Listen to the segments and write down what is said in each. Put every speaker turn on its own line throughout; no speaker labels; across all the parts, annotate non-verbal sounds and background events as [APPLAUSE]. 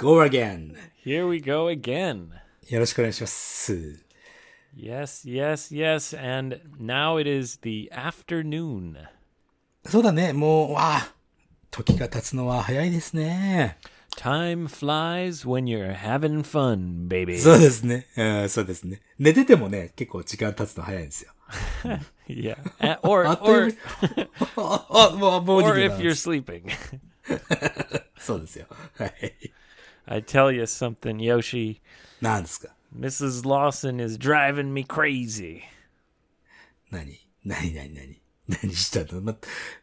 again.
Here we go again.
よろしくお願いします。
Yes, yes, yes. And now it is the afternoon.
そうだね、もう、わあ、時が経つのは早いですね。
Time flies when you're having fun, baby.
[LAUGHS] そうですね。うん、そうですね。寝ててもね、結構時間経つの早いんですよ。
yeah. Uh, or
あっという
or
間に [LAUGHS] あ、あもう、もう
or
逃げ
if
た
you're sleeping. [LAUGHS]
そうですよ。はい。
I tell you something, Yoshi.
何ですか
Mrs. Lawson is driving me crazy.
何何何何何したの、ま、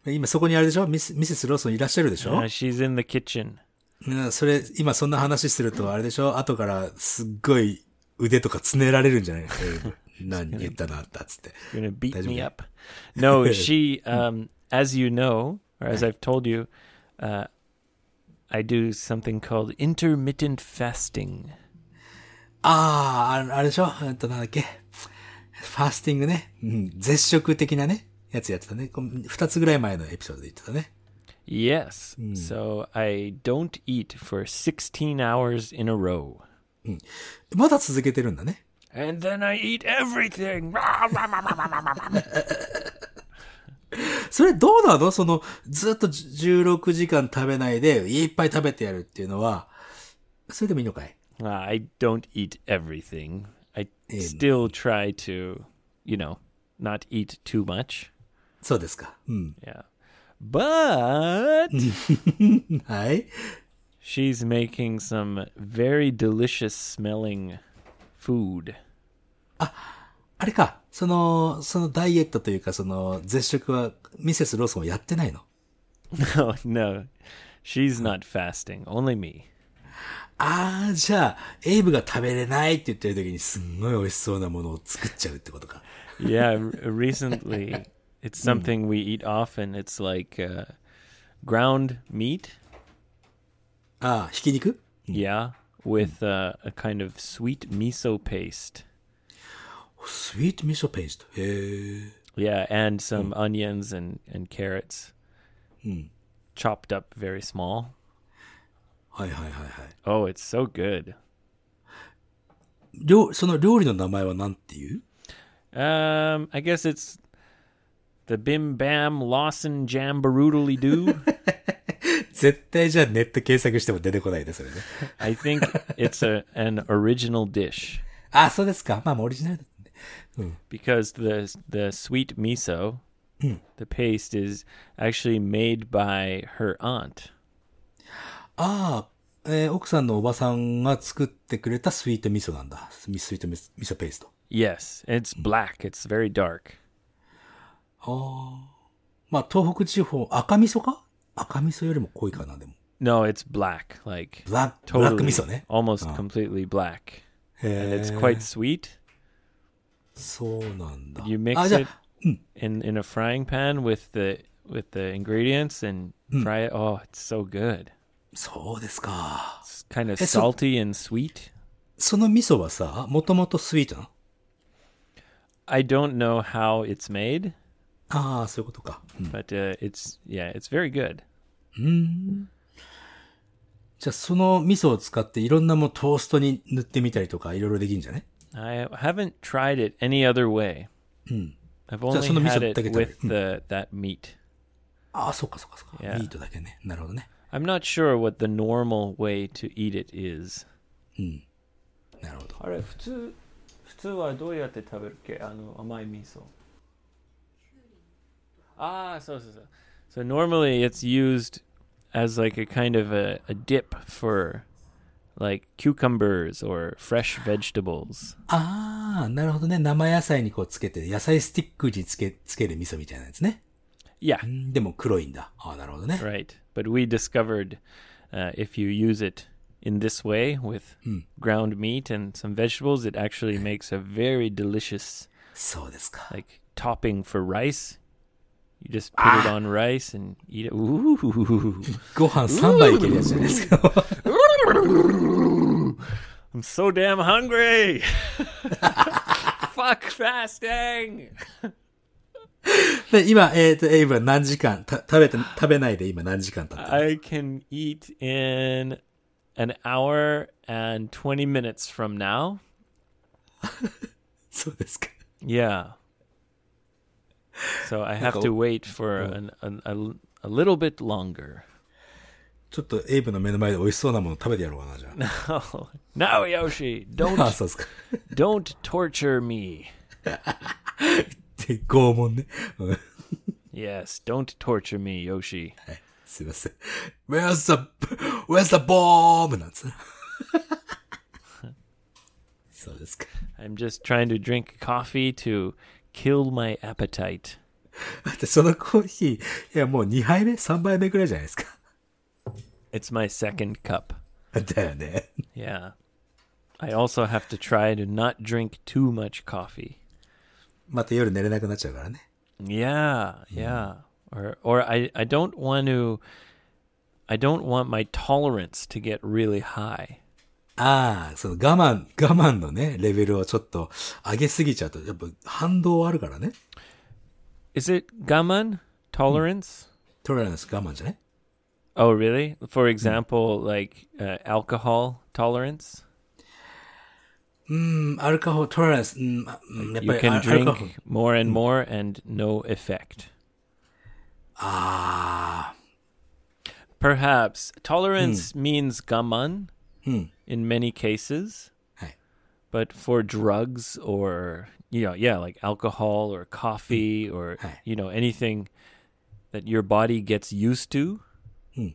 今そこにあれでしょミスミセスローソンいらっしゃるでしょ
Uh, she's in the kitchen.
うんそれ、今そんな話するとあれでしょ後からすっごい腕とかつねられるんじゃないの [LAUGHS] 何言ったのあったっつって。
Gonna beat
That's
me
okay.
up. No, she. Um, as you know, or as I've told you, uh, I do something called intermittent fasting.
あーあ、あれでしょえっとなんだっけファースティングね。うん、絶食的なね。やつやってたね。こう二つぐらい前のエピソードで言ってたね。
Yes. So I don't eat for 16 hours in a row.
まだ続けてるんだね。
And then I eat everything. [LAUGHS] Uh,
それどうなのその、ずっと16時間食べないで、いっぱい食べてやるっていうのは、それでもいいのかい
I don't eat everything. I still try to, you know, not eat too much.
そうですか。うん。
Yeah. But
はい。
she's making some very delicious smelling food. [LAUGHS]
あれか、その、そのダイエットというか、その、絶食は、ミセスローソンはやってないの
No, Oh, no. She's not fasting. Only me.
あー、じゃあ、エイブが食べれないって言ってる時に、すんごい美味しそうなものを作っちゃうってことか。
yeah r- recently it's something we eat often it's like uh, ground meat
あー、ひき肉
yeah with uh, a kind of sweet miso paste
スイートミソペースト。へー。
yeah and some onions and, and carrots chopped up very small
はいはいはいはい。
oh it's so good
料、その料理の名前は何て言う
um i guess it's the bim bam lawson jam baroodly doo
絶対じゃあネット検索しても出てこないで、それね。
i think it's a an original dish
あ、そうですか。まあ、まあオリジナルだね。
because the the sweet miso, the paste is actually made by her aunt.
ああ、えー奥さんのおばさんが作ってくれたスイート味噌なんだ。スイート味噌味噌ペースト。
Yes, it's black. It's very dark.
まあ、東北地方、赤味噌か赤味噌よりも濃いかな、でも。
No, it's black. Like
ブラック、ブラッ
totally,
ク味噌ね。
almost completely black.
へ
And it's
ー
quite sweet.
そうなんだ。
You
あ、
mix
じゃ
it
あ、
in in a frying pan with the with the ingredients and
Mm.
fry it. Oh, it's so good.
そうですか。
It's kind of
It's so-
salty and sweet.
その味噌はさ、もともとスイートなの
I don't know how it's made,
ああ、そういうことか。うん
but uh, it's yeah, it's very good.
じゃあ、その味噌を使っていろんなものトーストに塗ってみたりとか、いろいろできるんじゃない
I haven't tried it any other way.
Mm.
I've only
その味噌
had it
だけ食べる。
with the, that meat.
ああ、そっかそっかそっか。
Yeah.
ミートだけね。なるほどね。
I'm not sure what the normal way to eat it is.
なるほど。
So normally it's used as like a kind of a, a dip for like cucumbers or fresh vegetables.
ああ、なるほどね。生野菜にこうつけて、野菜スティックにつけ、つける味噌みたいなやつね。
Yeah,
うんでも黒いんだ。ああ、なるほどね。
Right. But we discovered uh, if you use it in this way with ground meat and some vegetables, it actually makes a very delicious
そうですか。
like topping for rice. You just put it on rice and eat it. Ooh. [LAUGHS]
ご飯3杯いけるやつじゃない [LAUGHS] ですか。
I'm so damn hungry. [LAUGHS] Fuck fasting.
で今、えっ、と、エイブは何時間、た食べて、食べないで今何時間経ってる
I can eat in an hour and 20 minutes from now.
そうですか。
Yeah. So I have
Like a-
to wait for an, an, a, l- a little bit longer. [LAUGHS]
ちょっとエイブの目の前で美味しそうなもの食べてやろうかな、じゃ
Oh, now Yoshi,
あ。あ、
don't
そうですか。
don't torture me.
で、拷問ね。うん
Yes, don't torture me, Yoshi.
はい。すいません。Where's the, where's the bomb? なんですね。そうですか。
I'm just trying to drink coffee to kill my appetite.
だってそのコーヒー、いやもう2杯目 ?3 杯目くらいじゃないですか。
It's my second cup.
だよね。
Yeah. I also have to try to not drink too much coffee.
また夜寝れなくなっちゃうからね。
Yeah, yeah. Or or I, I don't want to I don't want my tolerance to get really high.
ああ、その我慢、我慢のね、レベルをちょっと上げすぎちゃうと、やっぱ反動あるからね。
Is it gaman? Tolerance?
トレランス我慢じゃない
Oh, really? For example, like uh, alcohol tolerance?
うん、アルカホール、トレランス、うん、あうんやっ
You
ぱりア
can
ルカホール
drink more and more and no effect.
ああ、
Perhaps tolerance
Hmm.
means gaman
うん、
in many cases.
はい。
but for drugs or you know yeah like alcohol or coffee or
Hi.
you know anything that your body gets used to
Hmm.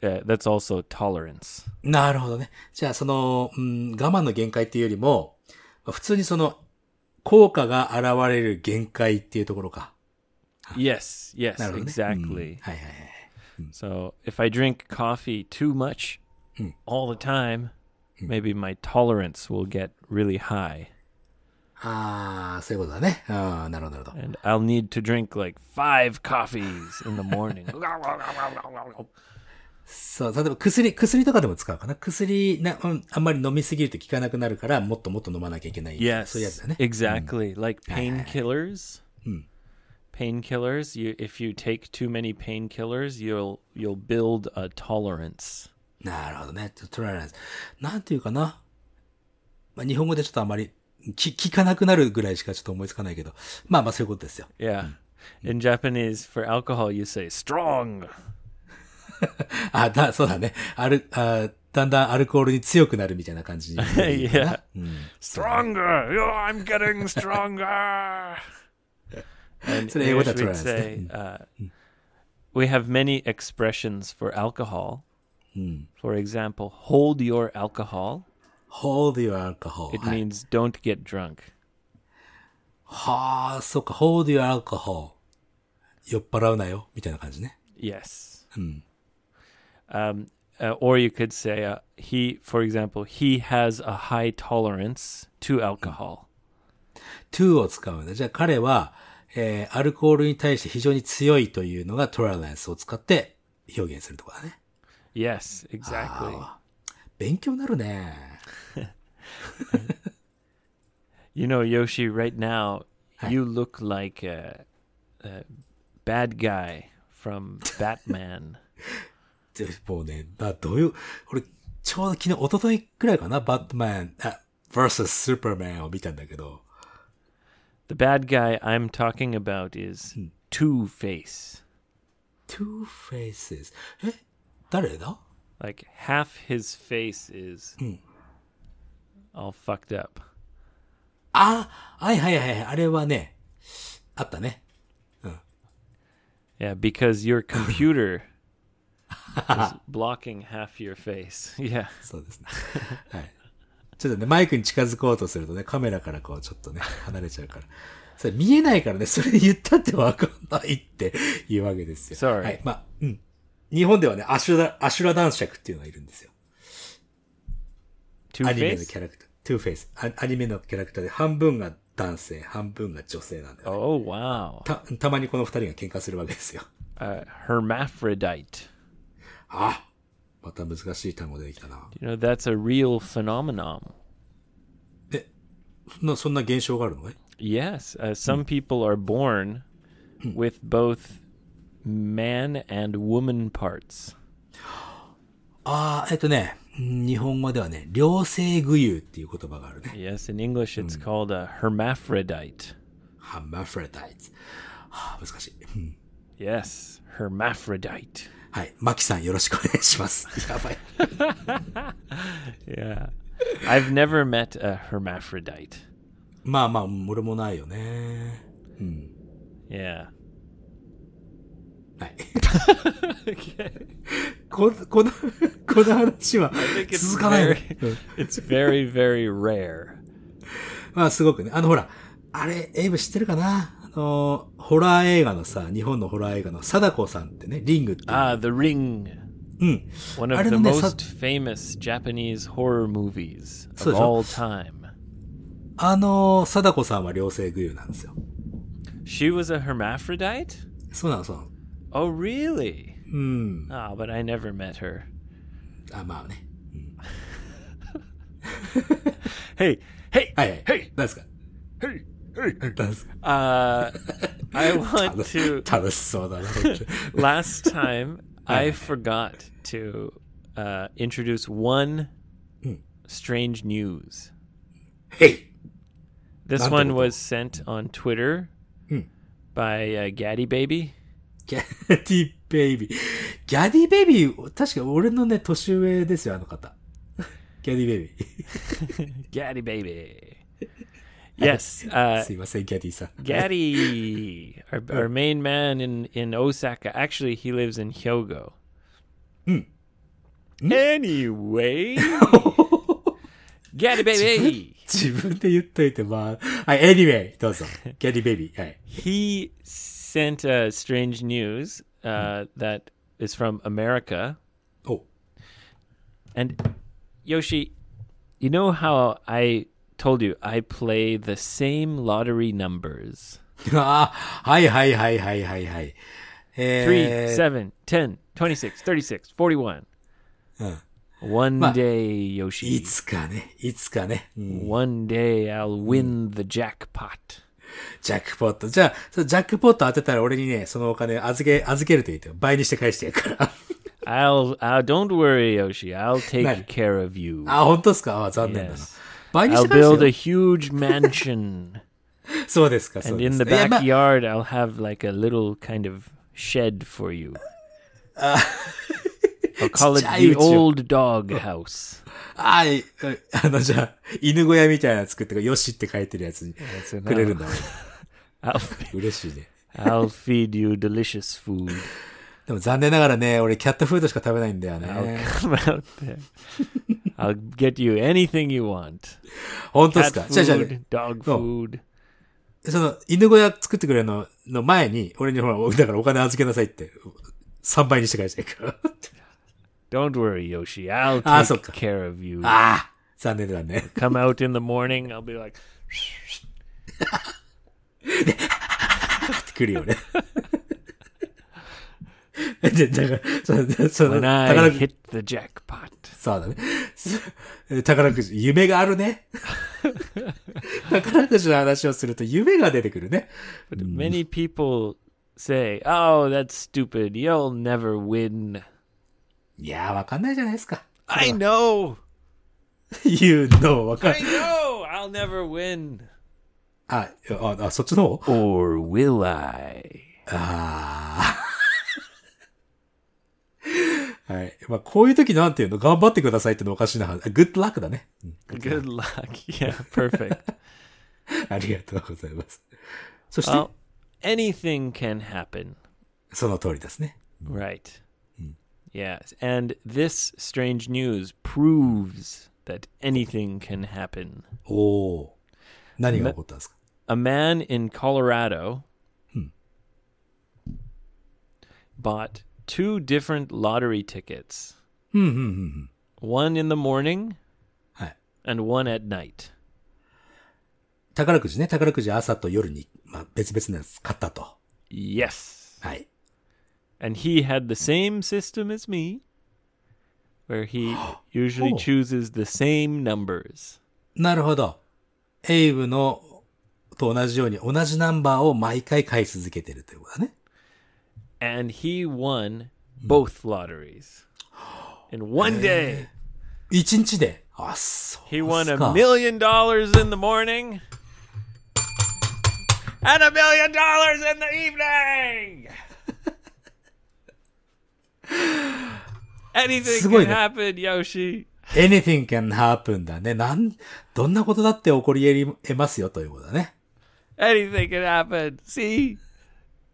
uh, that's also
[SIGHS]
tolerance
なるほどね。じゃあ、その、うん、我慢の限界っていうよりも、まあ普通にその、効果が現れる限界っていうところか。
yes yes
なるほどね。うん
exactly
はいはいはい。
so if i drink coffee too much
Hmm.
all the time maybe my tolerance will get really high
ああ、そういうことだね。ああ、なるほど、なるほど。
and i'll need to drink like five coffees in the morning [LAUGHS]
そう、例えば薬、薬とかでも使うかな。薬な、うん、あんまり飲みすぎると効かなくなるから、もっともっと飲まなきゃいけない。
Yes.
そういうやつだね。
Exactly. Like painkillers. Painkillers. You if you take too many painkillers, you'll you'll build a tolerance.
なるほどね。トライアンス。なんていうかな。まあ、日本語でちょっとあまり、き、聞かなくなるぐらいしかちょっと思いつかないけど。まあまあそういうことですよ。
Yeah. In Japanese, for alcohol, you say strong.
あ、だ、そうだね。ある、あだんだんアルコールに強くなるみたいな感じ。
yeah. Stronger. Oh, I'm getting stronger. and
So they would
English, we'd
have
say uh, we have many expressions for alcohol. For example, hold your alcohol.
hold your alcohol.
It
はい
means don't get drunk.
はあ、そっか。hold your alcohol. 酔っ払うなよ。みたいな感じね。
Yes. Um, uh, or you could say uh, he, for example, he has a high tolerance to alcohol.
to を使うんだ。じゃあ彼は、えー、アルコールに対して非常に強いというのがトライアンスを使って表現するところだね。
Yes, exactly.
勉強になるね。
You know, Yoshi, right now you look like a, a bad guy from [LAUGHS] Batman.
でもうね、な、どういう、俺、ちょうど昨日、一昨日くらいかな、バットマン、あ、vs スーパーマンを見たんだけど、
the bad guy I'm talking about is Two Face.
two faces. え誰だ
Like half his face is all fucked up.
あ、はいはいはいはい、あれはね、あったね。
Yeah, because your computer is blocking half your face. [LAUGHS] Yeah.
そうですね。はい。ちょっとね、マイクに近づこうとするとね、カメラからこう、ちょっとね、離れちゃうから。それ見えないからね、それ言ったってわかんないっていうわけですよ。
Sorry
はい。まあ、うん。日本ではね、アシュラ、アシュラ男爵っていうのがいるんですよ。
Two
アニメの
face.
キャラクター。トゥーフェイス。アアニメのキャラクターで半分が男性、半分が女性なんだよ、ね。
Oh wow.
た、たまにこの二人が喧嘩するわけですよ。
Uh, hermaphrodite.
あまた難しい単語出てきたな。
You know that's a real phenomenon.
え、そんな、そんな現象があるのね
Yes, uh, some people are born with both man and woman parts.
ああ、えっとね、うん日本語ではね、両性具有っていう言葉があるね。
Yes, in English it's called a hermaphrodite.
ハンマーフレタイズ。はあ、難しい。うん、
Yes, hermaphrodite.
はい。マキさんよろしくお願いします。 [LAUGHS] やばい。
Yeah. I've never met a hermaphrodite.
まあまあ、俺もないよね。
Yeah.
[LAUGHS] はい。ここの、この話は
it's
続かないね。
very- It's very, very rare.
まあすごくね。あのほら、あれ、エイブ知ってるかなあの、ホラー映画のさ、日本のホラー映画の貞子さんってね、リングっていう。
Ah, The Ring.
うん。
One
あ
of
れの
the
ね、さ
most famous Japanese horror movies of
そうでしょ？
all time.
あの、貞子さんは両性具有なんですよ。
She was a hermaphrodite?
そうなの、そうなの。
Oh, really?
うん。
Ah, but I never met her.
あ、まあね。
Hey, hey,
はいはい。
hey,
何ですか
hey, hey.
何ですか
Uh, I want
楽し
to.
楽しそうだな。本当に
Last time, I forgot to uh, introduce one strange news.
へい
This
Not
one
difficult.
was sent on Twitter by uh, Gaddy Baby.
ギャディベイビー。ギャディベイビー、確か俺のね、年上ですよ、あの方。ギャディベイビー。
Gaddy Baby. Yes, uh,
すいません、ギャディさん。
Gaddy, our, our main man in, in Osaka. Actually, he lives in Hyogo. Anyway, Gaddy Baby.
[LAUGHS] 自分で言っといて、まあ。はい、anyway, どうぞ。ギャディベイビー。はい。
He sent uh, strange news uh, that is from America.
お
And Yoshi, you know how I told you I play the same lottery numbers
[LAUGHS] ああ、はいはいはいはいはいはい。
three,
えー、
seven, 10, 26, 36, 41. One day,
い
Yoshi,
つかね、いつかね、うん
one day I'll win the jackpot.
ジャックポット。じゃあ、そのジャックポット当てたら俺にね、そのお金預け、預けると言ってよ倍にして返してやるから。 [LAUGHS]
I'll, uh, don't worry, Yoshi, I'll
Nice.
take care of you.
あ、本当ですかあ残念だな。
Yes.
倍にし
I'll
て返し
build
て
a
よ
huge mansion.
そうですか、そう
And
です
in the
か。いやまあ
backyard, I'll have like a little kind of shed for you.
Uh, [LAUGHS]
I'll call it
Chai
the
uchi.
old dog house.
あい、うん [LAUGHS] あの、じゃあ、犬小屋みたいなの作って、よしって書いてるやつに
そうやな
くれるんだ。
I'll,
俺嬉しいね。
I'll feed you delicious food.
でも残念ながらね、俺キャットフードしか食べないんだよ
I'll
ね。
come out there. I'll get you anything you want.
本当で
Cat
すかじゃあじゃあ、
food, dog
No.
food.
その、犬小屋作ってくれるの、の前に、俺にほら、だからお金預けなさいって、3倍にして返してるから。
Don't worry, Yoshi. I'll
Ah,
take
so- Ah.
care of you.
[LAUGHS] ああ残念だね。
Come out in the morning, I'll be like,
ってくるよね。 [LAUGHS] で、だから、その、その、
when I
宝くじ、
hit the jackpot.
そうだねそ。宝くじ、夢があるね。 [LAUGHS] 宝くじの話をすると夢が出てくるね。
Many people say, "Oh, that's stupid. You'll never win."
いやー、わかんないじゃないですか。
I [LAUGHS] know.
You know, わかん
I know. I'll never win.
あ、あ、あ、そっちの方
Or will I?
はい。まあ、こういう時なんていうの頑張ってくださいってのおかしな話。あ good luck だね。うん
Good [LAUGHS] luck. Yeah, [LAUGHS] perfect.
ありがとうございます。 [LAUGHS] そして、
well, anything can happen,
その通りですね。
right? Mm. Yes, and this strange news proves that anything can happen.
おおー。何が起こったんですか
a man in Colorado bought two different lottery tickets. One in the morning
はい。
and one at night.
宝くじね。宝くじ朝と夜に、まあ、別々のやつ買ったと。
Yes.
はい。
And he had the same system as me, where he usually
Oh.
chooses the same numbers.
なるほど。エイブの、と同じように、同じナンバーを毎回買い続けてるということだね。
And he won both lotteries in one day.
一日で。あ、そうっすか。
He won a million dollars in the morning and a million dollars in the evening. Anything can
すごいね。
happen, Yoshi.
anything can happen だね。なん、どんなことだって起こり得ますよということだね。
Anything can happen. See?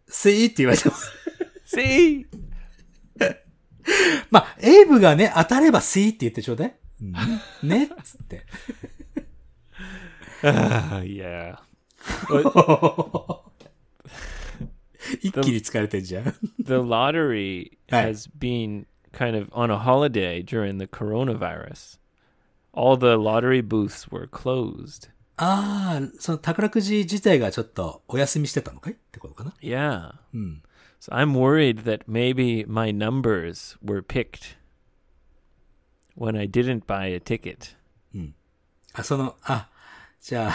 see って言われてます。
See? [LAUGHS]
まあ、エイブがね、当たれば see って言ってちょうだい。うんねっつって。
Uh, yeah.
[LAUGHS] 一気に疲れてんじゃん。
The lottery
Hey.
has been kind of on a holiday during the coronavirus. All the lottery booths were closed.
ああ、その宝くじ自体がちょっとお休みしてたのかいってことかな。
Yeah.
うん。
So I'm worried that maybe my numbers were picked when I didn't buy a ticket.
あ、その、あ、じゃあ、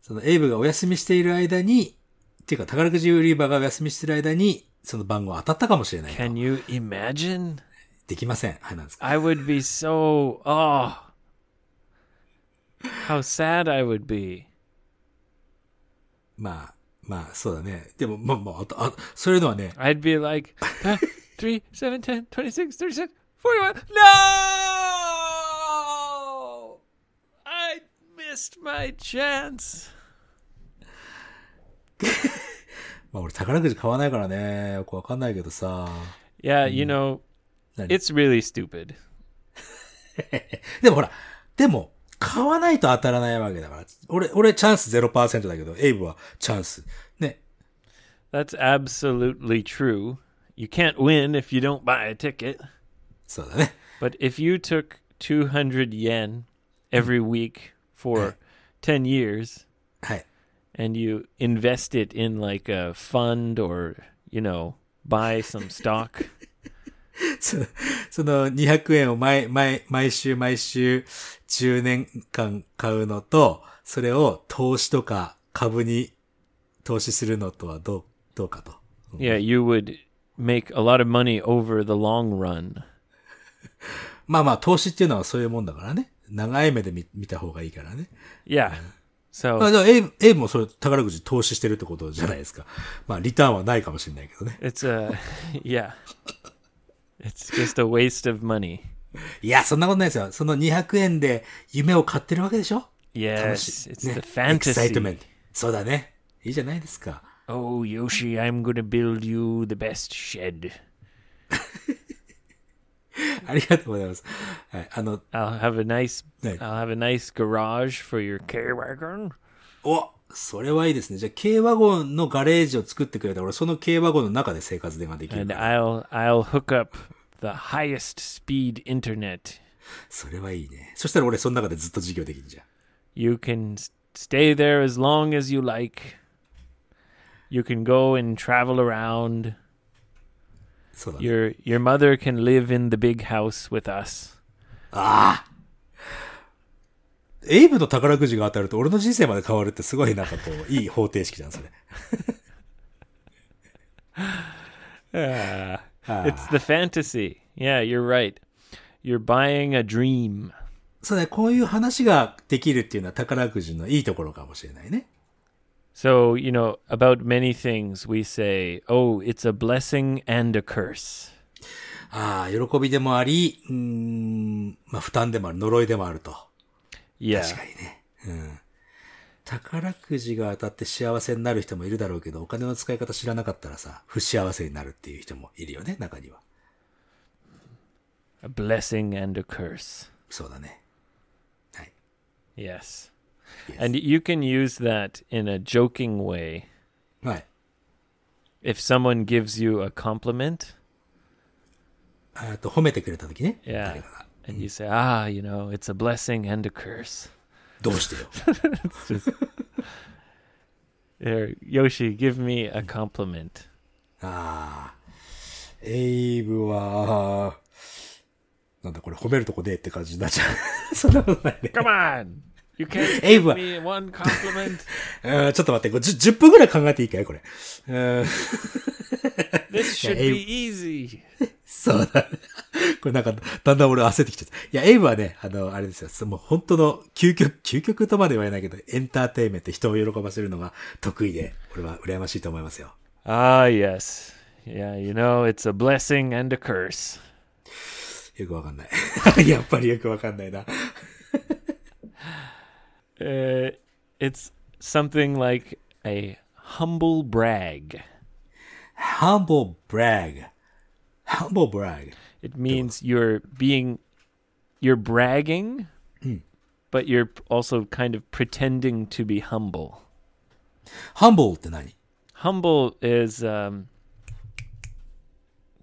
そのエイブがお休みしている間に、っていうか宝くじ売り場がお休みしている間に、その番号当たったかもしれないと。
Can you imagine?
できません。はい、なんですか。
I would be so oh how sad I would be.
まあ、まあ、そうだね。でも、まあ、まあ、あと、あ、そういうのはね、
I'd be like "Ah, 3 7 10 26 36 41 No! I missed my chance.
まあ俺宝くじ買わないからね、よくわかんないけどさ。
Yeah, you know,
That-
it's really stupid.
[LAUGHS] でもほら、でも、買わないと当たらないわけだから。俺、俺チャンス0%だけど、エイブはチャンス。ね。
That's absolutely true. You can't win if you don't buy a ticket.
そうだね。
But if you took 200 yen every week for 10 years
はい。
and you invest it in like a fund or, you know, buy some stock,
その、その200円を毎、毎、毎週毎週10年間買うのと、それを投資とか株に投資するのとはどう、どうかと。
yeah, you would make a lot of money over the long run.
まあまあ、投資っていうのはそういうもんだからね。長い目で見見た方がいいからね。
Yeah.
まあ、
So
でもエイブ、エイブもそれ宝くじ投資してるってことじゃないですか。まあ、リターンはないかもしれないけどね。
it's a, [LAUGHS] yeah. It's just a waste of money.
いや、そんなことないですよ。その200円で夢を買ってるわけでしょ
Yes, it's
ね
the
エクサイトメ
fantasy.
ント。そうだね。いいじゃないですか。
Oh, Yoshi, I'm going to build you the best shed.
ありがとうございます。はい。あの、
I'll have a nice
Right.
I'll have a nice garage for your K-Wagon.
おそれはいいですね。じゃあ、軽ワゴンのガレージを作ってくれたら、俺、その軽ワゴンの中で生活でができる
And
から。
I'll I'll hook up the highest speed internet.
それはいいね。そしたら俺、その中でずっと授業できるじゃん。
You can s- stay there as long as you like. You can go and travel around.
そうだね。
Your your mother can live in the big house with us.
ああエイブの宝くじが当たると俺の人生まで変わるってすごいなんかこう、いい方程式じゃん、それ。
It's the fantasy. Yeah, you're right. You're buying a dream.
そうね、こういう話ができるっていうのは宝くじのいいところかもしれないね。
So, you know, about many things we say, "Oh, it's a blessing and a curse."
ああ、喜びでもあり、うーん、まあ負担でもある、呪いでもあると。
Yeah.
確かにね。うん。宝くじが当たって幸せになる人もいるだろうけど、お金の使い方知らなかったらさ、不幸せになるっていう人もいるよね、中には。
A blessing and a curse.
そうだね。はい。
Yes.
Yes.
And you can use that in a joking way.
はい。
If someone gives you a compliment,
えっと、褒めてくれた時ね。
yeah,
誰かが
and you say, "Ah, you know, it's a blessing and a curse."
どうしてよ。
There, Yoshi, give me a compliment.
ああ。エイブは、なんだこれ褒めるとこねえって感じになっちゃう。 [LAUGHS] そんなことないね。
Come on. You can't
Abe.
give me one compliment.
うんちょっと待って、これ 10, 10分ぐらい考えていいかいこれ。うん
This should
Abe.
be easy.
そうだね。 [LAUGHS] これなんか、だんだん俺焦ってきちゃった。いや、エイブはね、あの、あれですよ。そもう本当の究極、究極とまでは言えないけど、エンターテインメント、人を喜ばせるのが得意で、俺は羨ましいと思いますよ。
Ah, yes. Yeah, you know, it's a blessing and a curse.
よくわかんない。 [LAUGHS] やっぱりよくわかんないな。
Uh, it's something like a humble brag.
humble brag. humble brag.
It means you're being, you're bragging, but you're also kind of pretending to be humble.
humble って何
Humble is, um,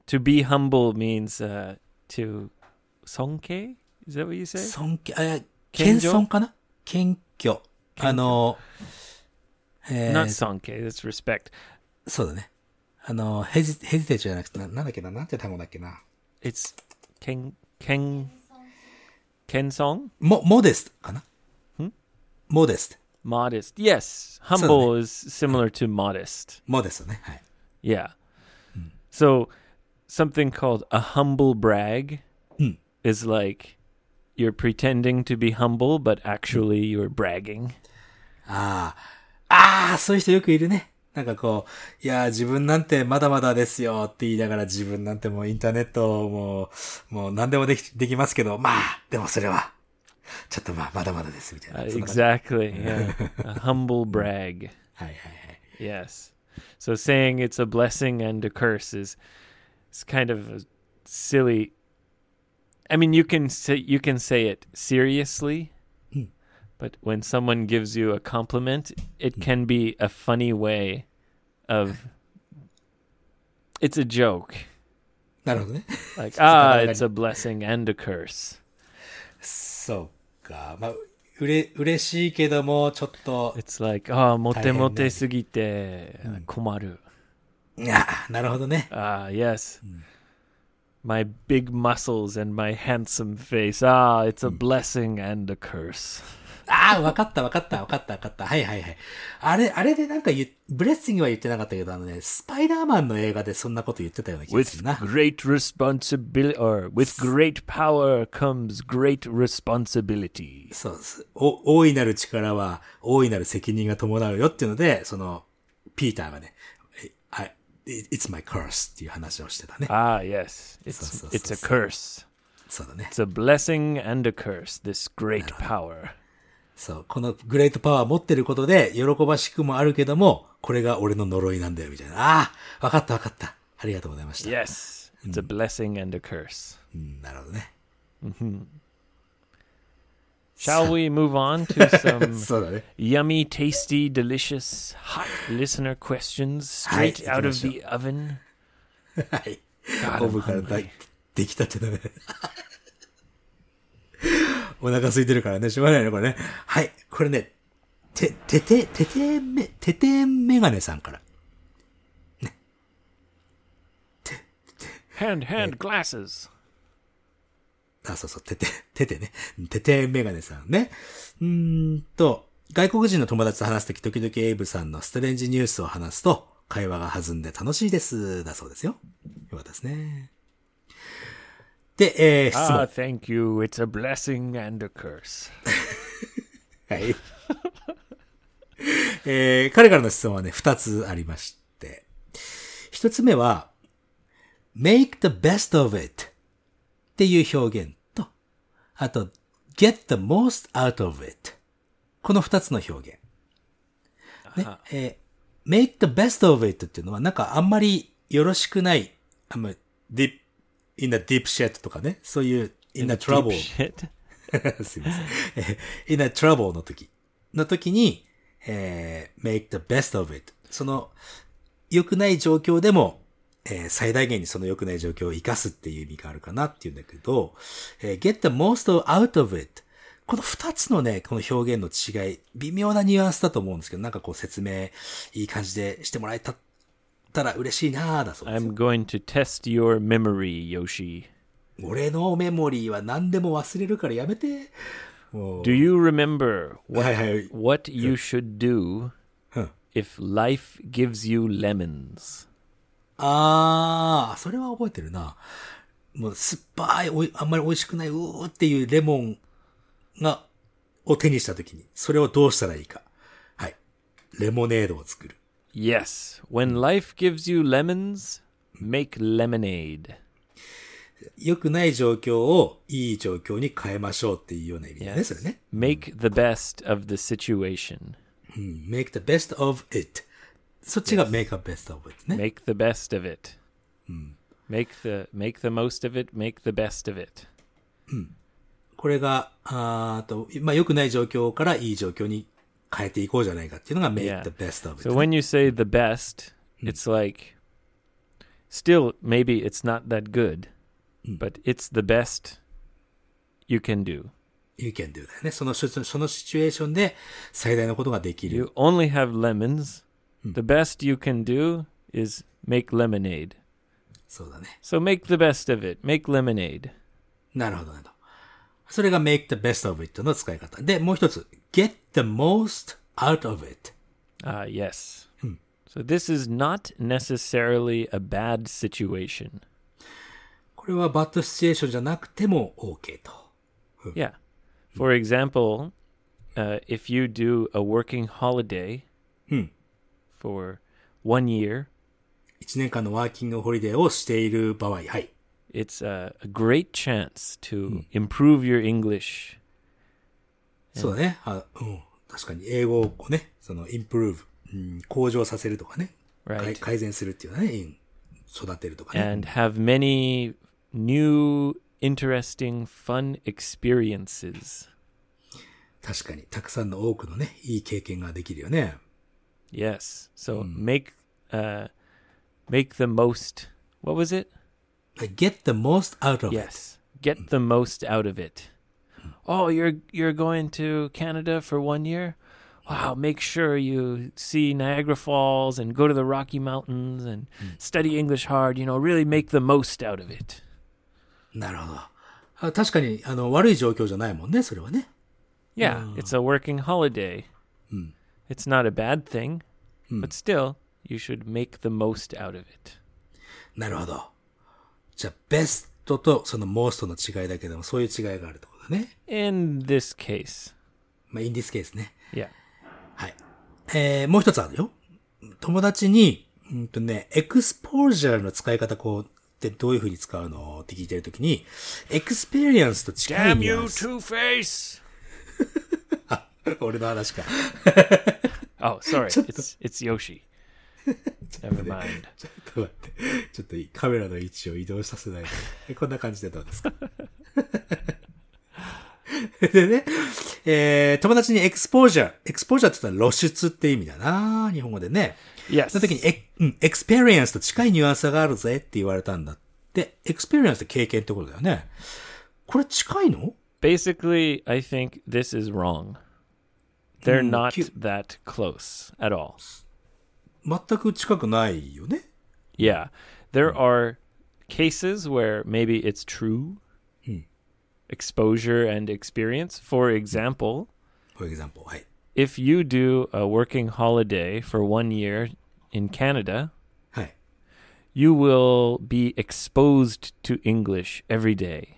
to be humble means uh, to sonke? Is that what you say?
尊敬、え、
謙
謙
遜
遜かな謙虚。あの、えー
Not sonke, that's respect.
そうだね。あの、ヘジ、ヘジテーションじゃなくて、ななんだっけななんて単語だっけな
It's ken, ken, ken song?
も、モデストかなモデスト。
Modest. Yes. Humble is similar to modest.
モデストね。はい。
Yeah. So something called a humble brag is like you're pretending to be humble, but actually you're bragging.
ああ。ああ、そういう人よくいるね。なんかこう、いやー、自分なんてまだまだですよって言いながら自分なんてもうインターネットもう、もう何でもでき、できますけど、まあ、でもそれは、ちょっとまあ、まだまだですみたい
Uh,
な。そんな感じ
exactly. Yeah. a humble brag.
はいはいはい。
Yes. So saying it's a blessing and a curse is it's kind of a silly. I mean, you can say you can say it seriously, but when someone gives you a compliment, it can be a funny way of. It's a joke.
なるほどね。
[LAUGHS] Like ah, it's a blessing and a curse.
そうか。まあ、うれ、嬉しいけども、ちょっと、
It's like ah, mote mote sugite komaru.
ああ、なるほどね。
Ah, yes. My big muscles and my handsome face. Ah, it's a blessing and a curse.
ああ、わかったわかったわかったわかった。はいはいはい。あれ、あれでなんか言っ、ブレッシングは言ってなかったけど、あのね、スパイダーマンの映画でそんなこと言ってたような気がす
With
るな。
great responsibility, or with great power comes great responsibility.
そうです。お、大いなる力は、大いなる責任が伴うよっていうので、その、ピーターがね、I, it's my curse っていう話をしてたね。
Ah, yes. It's
So, so,
it's
so,
a
so.
curse.
そうだね。
It's a blessing and a curse. This great power.
そう。このグレートパワー持ってることで、喜ばしくもあるけども、これが俺の呪いなんだよ、みたいな。ああ、わかったわかった。ありがとうございました。
Yes, it's a blessing and a curse.
うん、なるほどね。
Shall we move on [LAUGHS] to some
そうだね。
yummy, tasty, delicious, hot listener questions
Hi,
straight out of the oven.
はい。
God, I'm
オーブから
hungry.
できたってだね。お腹空いてるからね、しょうがないね、これね。はい。これね、て、てて、ててめ、ててメガネさんから。
Hand, hand glasses.
あ、そうそう、てて、ててね。ててメガネさんね。うーんと、外国人の友達と話すとき、時々エイブさんのストレンジニュースを話すと、会話が弾んで楽しいです。だそうですよ。よかったですね。で、えー、質問
Ah,。thank you. It's a blessing and a curse.
はい。 [LAUGHS] えー彼からの質問はね、二つありまして。一つ目は、make the best of it っていう表現と、あと、get the most out of it この二つの表現。ね、えー make the best of it っていうのは、なんかあんまりよろしくない、あんまり、deep, in a deep shit とかね、そういう、in a trouble
Deep shit.
[LAUGHS] すいません。えー in a trouble の時。の時に、えー make the best of it。その、良くない状況でも、えー最大限にその良くない状況を生かすっていう意味があるかなっていうんだけど、えー get the most out of it。この二つのね、この表現の違い、微妙なニュアンスだと思うんですけど、なんかこう説明、いい感じでしてもらえた、たら嬉しいなぁだそうですよ
I'm going to test your memory, Yoshi.
俺のメモリーは何でも忘れるからやめて。もう
Do you remember what,
はいはい。
what you should do
Huh.
if life gives you lemons?
あー、それは覚えてるな。もう酸っぱい、おいあんまり美味しくない、うーっていうレモンが、を手にしたときに、それをどうしたらいいか。はい。レモネードを作る。
Yes, when life gives you lemons, make lemonade.
良くない状況をいい状況に変えましょうっていうような意味だよね、それね。
Make the best of the situation.
うん。make the best of it. そっちが make the best of it ね。
Make the best of it. Hmm. Make the make the most of it, make the best of it.
これが、あーと、まあ、良くない状況からいい状況に変えていこうじゃないかっていうのが make
Yeah.
the best of it、
So when you say the best, it's like still maybe it's not that good, but it's the best you can do.
you can do だよね。その、そそのシチュエーションで最大のことができる。
You only have lemons. The best you can do is make lemonade.
そうだね。
So make the best of it. Make lemonade.
なるほどねと。それが make the best of it の使い方。で、もう一つ。get the most out of it。
Ah, yes. So this is not necessarily a bad situation.
これはバッドシチュエーションじゃなくても OK と。
Yeah. For example, uh, if you do a working holiday for one year,
1年間のワーキングホリデーをしている場合。はい。
it's a, a great chance to improve your English.
そうだね。あうん。確かに英語をね、その improve、うん、向上させるとかね。
Right.
改改善するっていうのはね、in- 育てるとかね。
and have many new, interesting, fun experiences.
確かに、たくさんの多くのね、いい経験ができるよね。
Yes. So make uh, make the most. What was it?
get the most out of it.
Yes. Get the most out of it. Oh, you're you're going to Canada for one year. Wow, make sure you see Niagara Falls and go to the Rocky Mountains and study English hard, you know, really make the most out of it.
なるほど。あ確かに、あの、悪い状況じゃないもんね、それはね。
Yeah, it's a working holiday. It's not a bad thing, but still, you should make the most out of it.
なるほど。じゃあ、ベストとその most の違いだけでも、そういう違いがあるってことだね。
In this case,
まあ、in this case ね。
yeah.
はい。えー、もう一つあるよ。友達に、うんとね、エクスポージャーの使い方こうってどういう風に使うのって聞いてるときに、エクスペリエンスと近いニュアンス。
Two Face!
俺の話か。
Oh, sorry, it's it's Yoshi. Never mind.
ちょっと待って。ちょっといいカメラの位置を移動させないで。こんな感じでどうですか [LAUGHS] でね、えー、友達にエクスポージャー。エクスポージャーって言ったら露出って意味だな日本語でね。
Yes.
その時にエ、うん、エクスペリエンスと近いニュアンスがあるぜって言われたんだって、エクスペリエンスって経験ってことだよね。これ近いの
Basically, I think this is wrong. They're not
cute.
that close at all.
全く近くないよね。
Yeah. There are cases where maybe it's true. Hmm. Exposure and experience. For example,
for example, はい。
if you do a working holiday for one year in Canada,
はい。
you will be exposed to English every day.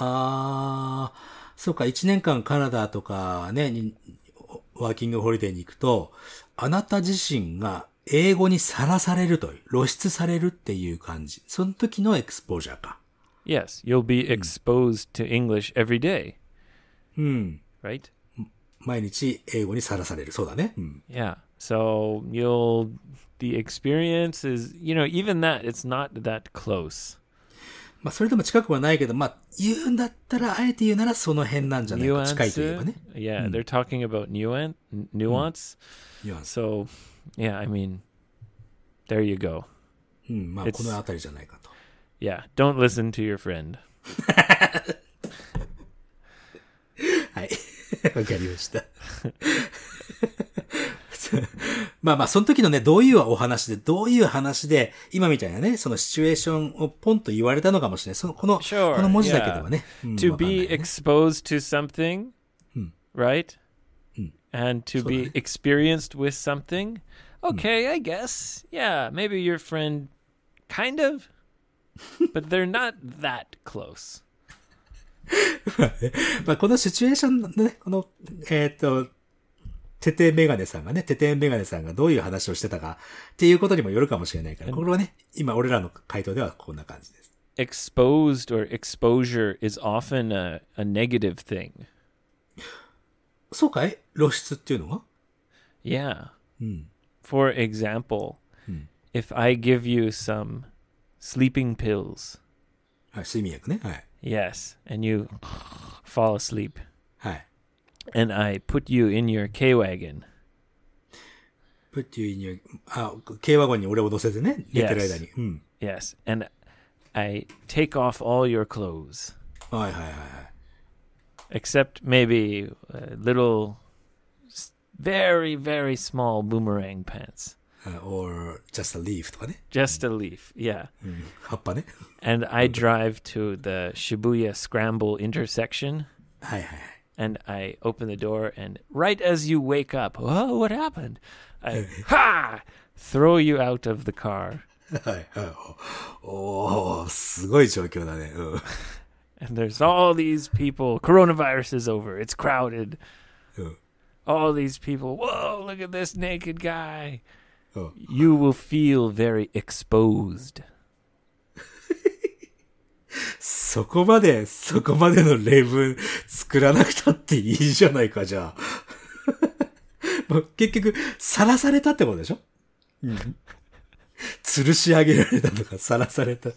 あー、そうか、1年間カナダとかね、にワーキングホリデーに行くと、あなた自身が英語にさらされるという、露出されるっていう感じ。その時のエクスポージャーか。
Yes, you'll be exposed to English every day. Hmm. Right?
毎日英語にさらされる。そうだね。うん。
Yeah. So you'll the experience is you know even that it's not that close.
まあ、それでも近くはないけど、まあ、言うんだったら、あえて言うならその辺なんじゃないか。
Nuance.
近いといえばね。
Yeah, they're talking about nuance. Nuance.
ニュアンス。
So yeah, I mean, there you go.
うん、まあ、
It's-
この辺りじゃないかと。
Yeah, don't listen to your friend.
はい。 [LAUGHS] わかりました。 [LAUGHS] まあまあ、その時のね、どういうお話で、どういう話で、今みたいなね、そのシチュエーションをポンと言われたのかもしれない。その、この、
Sure,
この文字だけではね。うん
to
わかんない
be
よね
exposed to something, right? And to be experienced with something. Okay, I guess. Yeah, maybe your friend kind of but they're not that close.
まあこのシチュエーションのね、この、えーっ、と、テテメガネさんがね、テテメガネさんがどういう話をしてたかっていうことにもよるかもしれないから、これはね、今俺らの回答ではこんな感じです。
Exposed or exposure is often a, a negative thing.
そうかい露出っていうのは
Yeah. For example, if I give you some sleeping pills,
はい、睡眠薬ね。はい。
yes, and you fall asleep,
はい。
and I put you in your K Wagon,
put you in your, あ、軽ワゴンに俺を乗せてね、寝てる間に。うん。
yes, and I take off all your clothes,
はいはいはいはい。
except maybe a little, s- very, very small boomerang pants,
あ or just a leaf とかね。
just a leaf, yeah.
葉っぱね。
And I drive to the Shibuya Scramble intersection.
はいはいはい。
and I open the door, and right as you wake up, whoa, what happened? I [LAUGHS] ha throw you out of the car,
はいはい。おおーすごい状況だね。うん。
and there's all these people. Coronavirus is over. It's crowded.
Oh.
All these people. Whoa, look at this naked guy.
Oh.
You will feel very exposed.
そこまで、そこまでの例文作らなくたっていいじゃないか、じゃあ。もう [LAUGHS] 結局、さらされたってことでしょ吊るし上げられたとか、さらされた。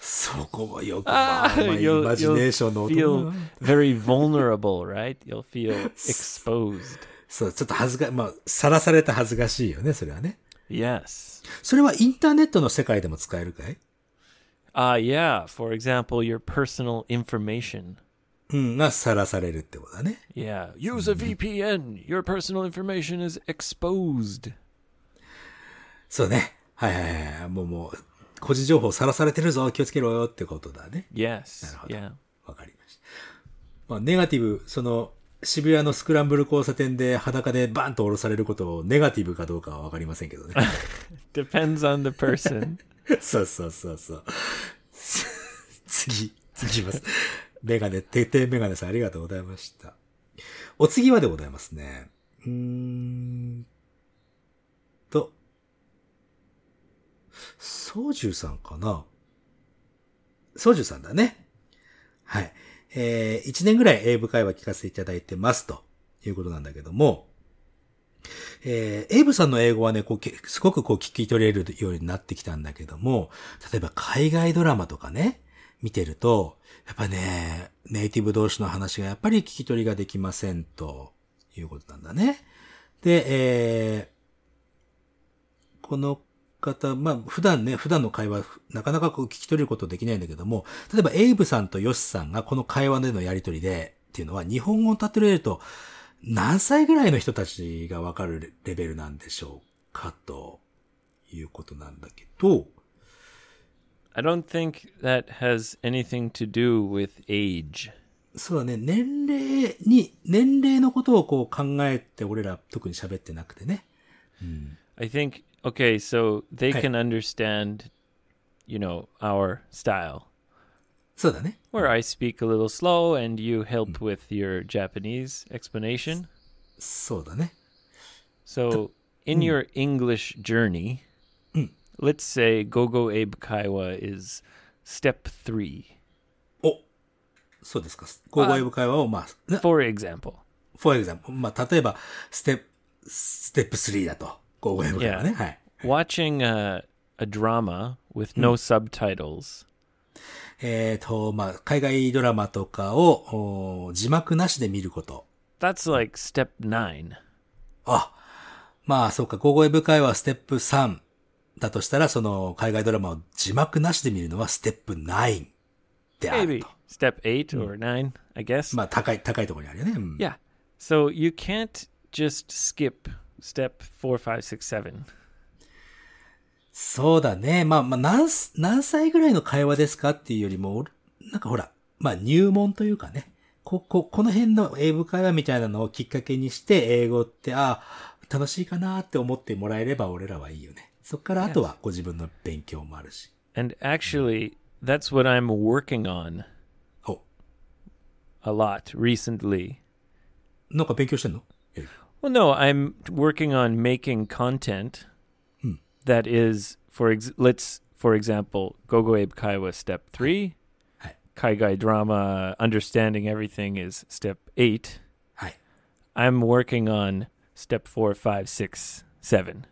そこもよく、まあ、まあ
Ah,
イ
you'll,
マジネーショ
you'll
ンの音
feel
が
very vulnerable, right? You'll [LAUGHS] feel exposed.
そう、ちょっと恥ずか、まあ、さらされた恥ずかしいよね、それはね。
Yes.
それはインターネットの世界でも使えるかい
Uh, yeah. For example, your personal information.
うん、がさらされるってことだね。
Yeah. Use a VPN. Your personal information is exposed.
そうね。はいはいはいはい。もうもう、個人情報さらされてるぞ、気をつけろよってことだね。
Yes. Yeah.
わかりました。まあ、ネガティブ、その、渋谷のスクランブル交差点で裸でバンと降ろされることをネガティブかどうかはわかりませんけどね。
Depends on the [LAUGHS] person.
[LAUGHS] そうそうそうそう。 [LAUGHS] 次、次いきます。メガネ、ててメガネさんありがとうございました。お次はでございますね。うーんと、ソウジュウさんかなソウジュウさんだね。はい。えー、1年ぐらい英語会話聞かせていただいてますということなんだけども、えーエイブさんの英語はね、こうけ、すごくこう聞き取れるようになってきたんだけども、例えば海外ドラマとかね、見てると、やっぱね、ネイティブ同士の話がやっぱり聞き取りができませんということなんだね。で、えーこの方、まあ、普段ね、普段の会話、なかなかこう聞き取れることできないんだけども、例えばエイブさんとヨシさんがこの会話でのやりとりで、っていうのは日本語を立てられると、何歳ぐらいの人たちがわかるレベルなんでしょうかということなんだけど、
I don't think that has anything to do with age.
そうだね、年齢に、年齢のことをこう考えて俺ら特に喋ってなくてね。
I think, okay, so they
Hey.
can understand, you know, our style.
そうだね。
Where I speak a little slow and you help with your Japanese explanation.
そうだね。
So, in your English journey, let's say Gogo Abe Kaiwa is step three,
おそうですか。交互英語会話を、まあ、ね
for example.
for example, まあ、例えば、ステップ、ステップ3だと。交互英語会話ね。
Yeah.
はい。
Watching a, a drama with no subtitles,
えっ、と、まあ、海外ドラマとかを、お字幕なしで見ること。
that's like step nine.
あ、まあそうか、ゴーゴエブ会はステップ3だとしたら、その海外ドラマを字幕なしで見るのはステップ9であ
Maybe
ると。
step eight or nine, I guess.
まあ高い、高いところにあるよね。うん
Yeah. So, you can't just skip step four, five, six, seven.
そうだね。まあまあ何す、何歳ぐらいの会話ですかっていうよりも、俺なんかほら、まあ入門というかね。こ、こ、この辺の英語会話みたいなのをきっかけにして、英語って、ああ、楽しいかなって思ってもらえれば俺らはいいよね。そっからあとはご自分の勉強もあるし。
And actually, that's what I'm working on
お、
a lot recently.
なんか勉強してんのえ
Well, no, I'm working on making content that is for ex- let's for example, Gogo Abe Kaiwa step 3,
Hi.
Kaigai drama understanding everything is step 8.
はい。
I'm working on step four, five, six, seven.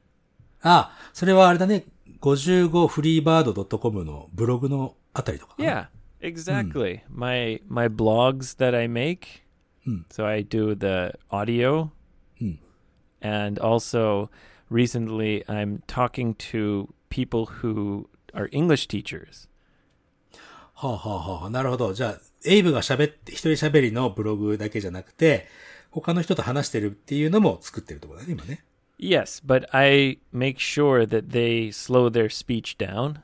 ああ、それはあれだね。55freebird.com のブログのあたりとかかな。
Yeah, exactly. My my blogs that I make. So I do the audio, and also recently I'm talking to people who are English teachers.
はあ、はあはあ、なるほど。じゃあ、エイブが喋って、一人喋りのブログだけじゃなくて、他の人と話してるっていうのも作ってるところだね、今ね。
Yes, but I make sure that they slow their speech down.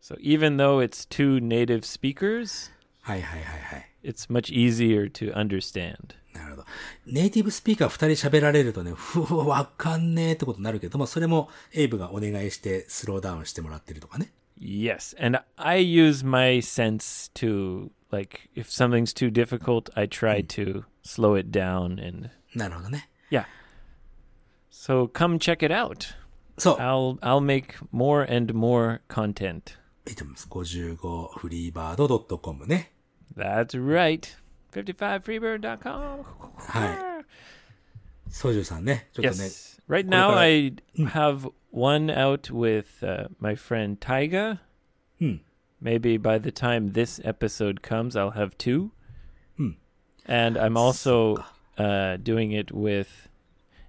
So even though it's two native speakers,
はいはいはいはい。
it's much easier to understand.
なるほど。ネイティブスピーカー二人喋られるとね、ふわ、わかんねえってことになるけど、まあそれもエイブがお願いしてスローダウンしてもらってるとかね。
Yes, and I use my sense to like if something's too difficult, I try to slow it down and
なるほどね。
yeah. So come check it out.
そう。
I'll I'll make more and more content.
いいと思います。55freebird.com ね。
That's right. 55freebird.com. [LAUGHS]
はい。ソジュさんね。ちょっとね。
Yes. Right now
about Hmm.
I have one out with uh, my friend Taiga.
Hmm.
Maybe by the time this episode comes, I'll have two.
Hmm.
And I'm also uh, doing it with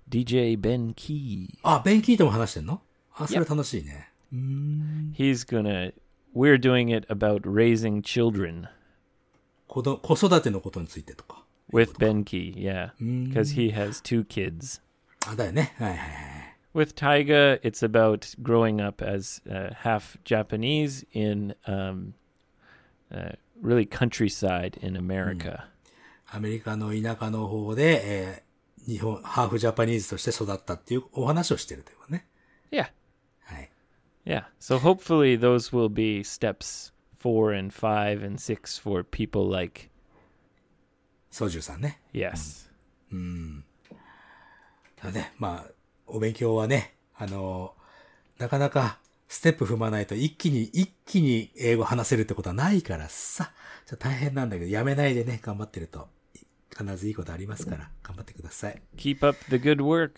DJ Ben Key.
あ、ベンキーとも話してんのあ、それ楽しいね。
He's gonna. We're doing it about raising children
子ど子育てのことについてとか。
with Ben Key. Yeah,
Mm.
because he has two kids.
あ、だよね。はいはいはい。
With Taiga, it's about growing up as uh, half Japanese in um, uh, really countryside in America.
Hmm. アメリカの田舎の方で、えー日本、ハーフジャパニーズとして育ったっていうお話をしてるというかね。
Yeah,
はい。
yeah. So hopefully those will be steps four and five and six for people like
ソジュさんね。
yes.
だね。まあ、お勉強はね、あのーなかなかステップ踏まないと一気に、一気に英語話せるってことはないからさ。ちょっと大変なんだけど、やめないでね、頑張ってると。必ずいいことありますから、頑張ってください。
Keep up the good work.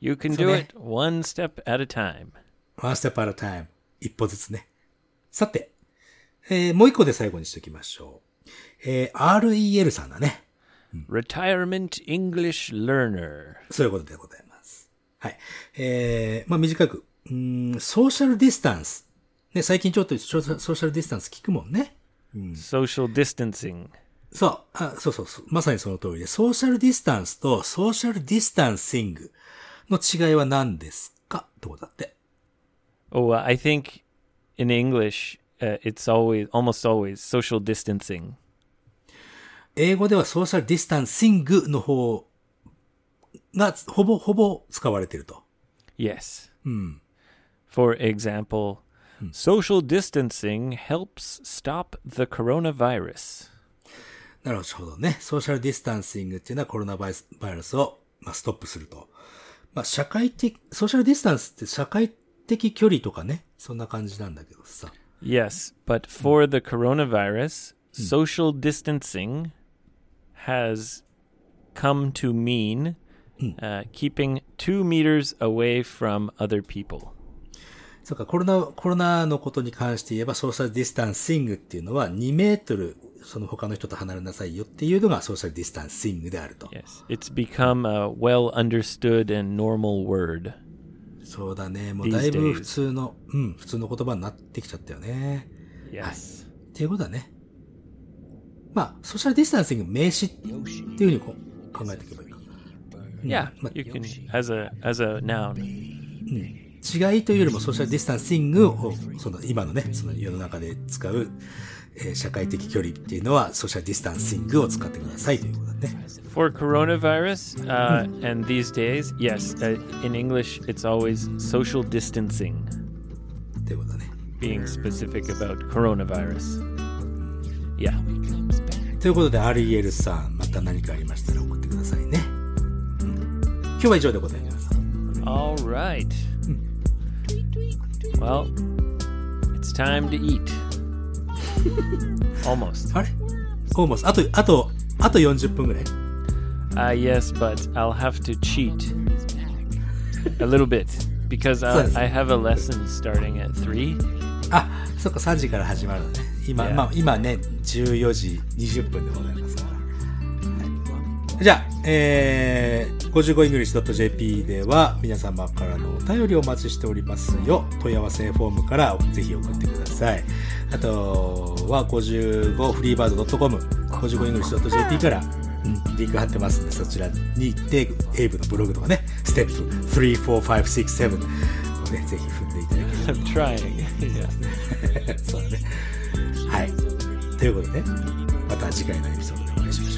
You can
Hmm. So
do
they-
it one step at a time.
One step at a time. 一歩ずつね。さて、えーもう一個で最後にしておきましょう。えー REL さんだね。
Retirement English learner.
そういうことでございます。はい。えー、まあ短く、うーん、ソーシャルディスタンス。ね、最近ちょっとソーソーシャルディスタンス聞くもんね。
Social distancing.
そう、あそうそうそう、まさにその通りで、ソーシャルディスタンスとソーシャルディスタンシングの違いは何ですかってことだって。
Oh, uh, I think in English, uh, it's always almost always social distancing.
英語ではソーシャルディスタンシングの方がほぼほぼ使われてると。
Yes. For example, social distancing helps stop the coronavirus.
なるほどね。ソーシャルディスタンシングっていうのはコロナバイスバイラスを、まあ、ストップすると。まあ、社会的、ソーシャルディスタンスって社会的距離とかね、そんな感じなんだけどさ。
Yes, but for the coronavirus, social distancing has come to mean uh, keeping two meters away from other people.
そうか、コロナ、コロナのことに関して言えば、ソーシャルディスタンシングっていうのは2メートル、その他の人と離れなさいよっていうのがソーシャルディスタンシングであると。
Yes, it's become a well understood and normal word.
そうだね。もうだい
These
ぶ
days
普通の、うん、普通の言葉になってきちゃったよね。
Yes.
っていうことだね。まあ、ソーシャルディスタンシング名詞っていうふうにこう考えていけばいいかな。
Yeah, you can as a as a noun.
違いというよりもソーシャルディスタンシングをその今のねその世の中で使う、えー社会的距離っていうのはソーシャルディスタンシングを使ってくださいということだね
For coronavirus, uh, and these days, yes, uh, in English, it's always social distancing.
ということだね
being specific about coronavirus. Yeah.
ということで、アリエルさん、また何かありましたら送ってくださいね。うん、今日は以上でございます。
All right. Well, it's time to eat. Almost.
あれ ?almost。あと、あと、あと40分ぐらい
Ah, yes, but I'll have to cheat a little bit because I,
Yes.
I have a lesson starting at three.
あ、そっか、3時から始まるのね。今、
Yeah.
まあ、今ね、14時20分でございますから。はいじゃあ、えー、55english.jp では皆様からのお便りをお待ちしておりますよ。問い合わせフォームからぜひ送ってください。あとは 55freebird.com、55english.jp から、うん、リンク貼ってますんで、そちらに行って、エイブのブログとかね、ステップ3、4、5、6、7、ね、ぜひ踏んでいただけれ
[LAUGHS]
ば
I'm trying. yeah.
そうだね。はい。ということで、また次回のエピソードでお会いしましょう。